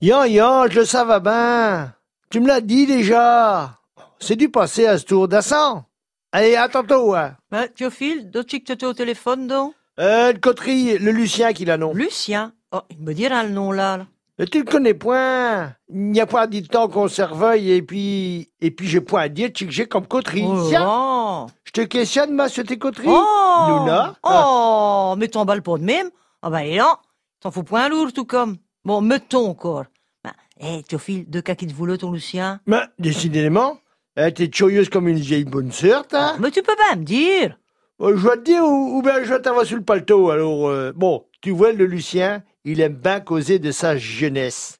Yan Yan, je le savais bien. Tu me l'as dit déjà. C'est du passé à ce tour d'assan. Allez, à tantôt. hein. Bah, Théophile, d'autres chics que t'étais au téléphone, donc Euh, le coterie, le Lucien qui l'a non. Lucien Oh, il me dira le nom, là. là. Mais tu le connais point. Il n'y a pas dit temps qu'on serveuille et puis, et puis j'ai point à dire que j'ai comme coterie. Oh Tiens, là je te questionne, ma, sur tes coteries. Oh Luna Oh Mais t'emballes pas de même Ah bah, et non T'en fous point lourd, tout comme. Bon, mettons encore. Bah, hé, Théophile, de cas qui te voulait, ton Lucien Mais, décidément, euh, t'es curieuse comme une vieille bonne sœur, hein. Mais tu peux pas me dire Euh, je vais te dire, ou, ou bien je vais t'avoir sur le paletot. Alors, euh, bon, tu vois, le Lucien, il aime bien causer de sa jeunesse.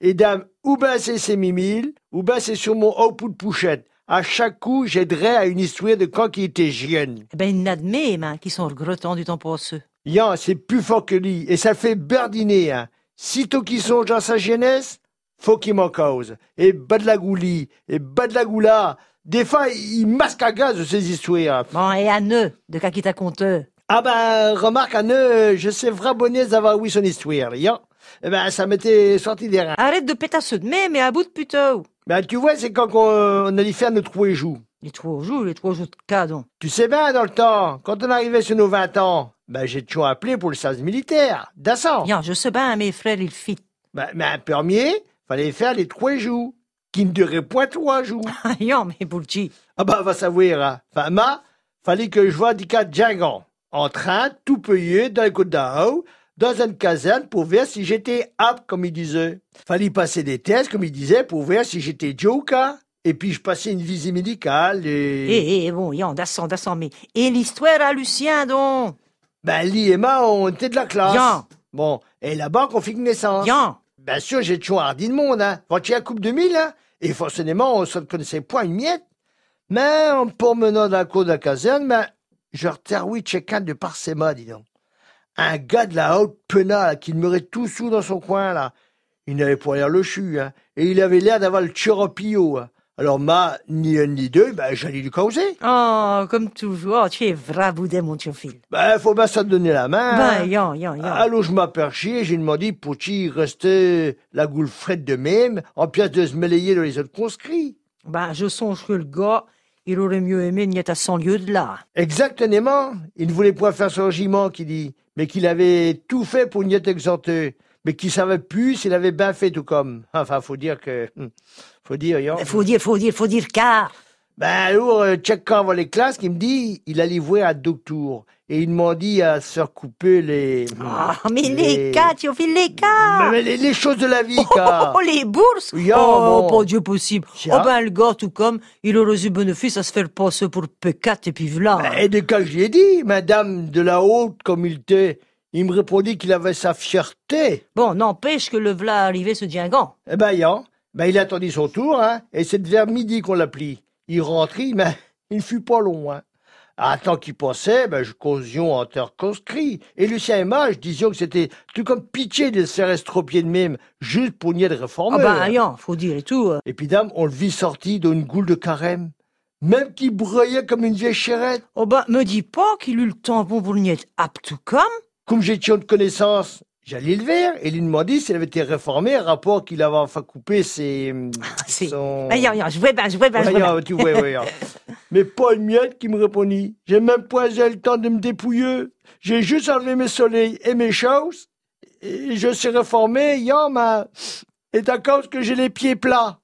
Et dame, ou bien c'est ses mimiles, ou bien c'est sur mon haut de pouchette. À chaque coup, j'aiderai à une histoire de quand il était jeune. Eh ben, il n'a de même, hein, qui sont regrettants du temps passé. Yan, c'est plus fort que lui, et ça le fait berdiner, hein. Sitôt qu'il songe à sa jeunesse, faut qu'il m'en cause. Et bas de la goulie, et bas de la goula. Des fois, il masque à gaz de ses histoires. Bon, et Anne, de cas qui t'a conté Ah ben, remarque, Anne, euh, je sais vraiment d'avoir oui son histoire, yo. Eh ben, ça m'était sorti des reins. Arrête de pétasser de même et à bout de puteau Ben, tu vois, c'est quand qu'on- on allait faire nos trois jours. Les trois jours, les trois jours de cadon. Tu sais bien, dans le temps, quand on arrivait sur nos 20 ans, ben, j'ai toujours appelé pour le service militaire, d'assaut. Bien, je sais bien, mes frères, ils fit. Ben, mais un premier, fallait faire les trois jours, qui ne duraient point trois jours. Ah, bien, mais Bourgi. Ah bah, va savoir, hein. Enfin, ma, fallait que je voie des cas de Guingamp, en train, tout payé, dans le côte d'Arau, dans une caserne pour voir si j'étais apte, comme il disait. Fallait passer des tests, comme il disait, pour voir si j'étais joker. Et puis, je passais une visite médicale Eh, et... eh, bon, bien, d'assant, d'assant, mais. Et l'histoire à Lucien, donc Ben, Lee et ma, on était de la classe. Bien. Bon, et là-bas, qu'on fit naissance. Bien Bien sûr, j'ai toujours hardi de monde, hein. Quand il y a Coupe 2000, hein. Et forcément, on ne connaissait point une miette. Mais, en me promenant dans la cour de la caserne, ben, je reterrouille quelqu'un de par ses mains, dis donc. Un gars de la haute pena, là, qui demeurait tout sous dans son coin, là. Il n'avait pas l'air le chu, hein. Et il avait l'air d'avoir le churopio, hein. Alors, ma, ni un ni deux, ben, j'allais lui causer. Oh, comme toujours, tu es vraboudé, mon Théophile. Ben, faut bien se donner la main. hein. Ben, bien, bien, bien. Alors je m'aperchis et j'ai demandé pour qui restait la goule frette de même, en pièce de se mêler dans les autres conscrits. Ben, je songe que le gars, il aurait mieux aimé n'y être à 100 lieues de là. Exactement, il ne voulait point faire son régiment, qu'il dit, mais qu'il avait tout fait pour n'y être exempté, mais qu'il savait plus s'il avait bien fait tout comme. Enfin, faut dire que... hum, Faut dire, yo. Mais Eh, Faut dire, faut dire, faut dire, car. Ben alors, euh, check quand avant les classes, qui me dit, il allait voir à Doctour, et il m'en dit à se recouper les... Ah, mais les cas, Théophile, les cas. Mais les, les choses de la vie, car... Oh, les bourses Oui, ah, Oh, bon. pas Dieu possible Tiens. Oh ben, le gars, tout comme, il aurait eu bénéfice à se faire passer pour P4 et puis voilà Et Eh, de quand je lui ai dit, madame de la haute comme il était, il me répondit qu'il avait sa fierté. Bon, n'empêche que le v'là arrivé ce djingan. Eh ben, Yan, ben, il attendit son tour, hein, et c'est vers midi qu'on l'appelait. Il rentrit, mais il ne fut pas loin. À temps qu'il passait, ben, je causions en terre conscrit. Et Lucien et moi, je disions que c'était tout comme pitié de se faire estropier de même, juste pour nier de Ah réformer. ben, rien, faut dire et tout. hein. et puis, dame, on le vit sorti d'une goule de carême, même qui broyait comme une vieille chérette. Oh ben, me dis pas qu'il eut le temps bon pour n'y être apte tout comme. Comme j'étais de connaissance, j'allais le voir et lui demandais s'il avait été réformé, rapport qu'il avait enfin coupé ses... c'est- son- Ah, rien, rien, je vais ben, je vais ben, je Ouais, vais ben. ouais, tu vois, ouais, ouais. Mais pas une miette qui me répondit. J'ai même pas eu le temps de me dépouiller. J'ai juste enlevé mes soleils et mes choses. Et je suis réformé, yam, hein. et à cause que j'ai les pieds plats.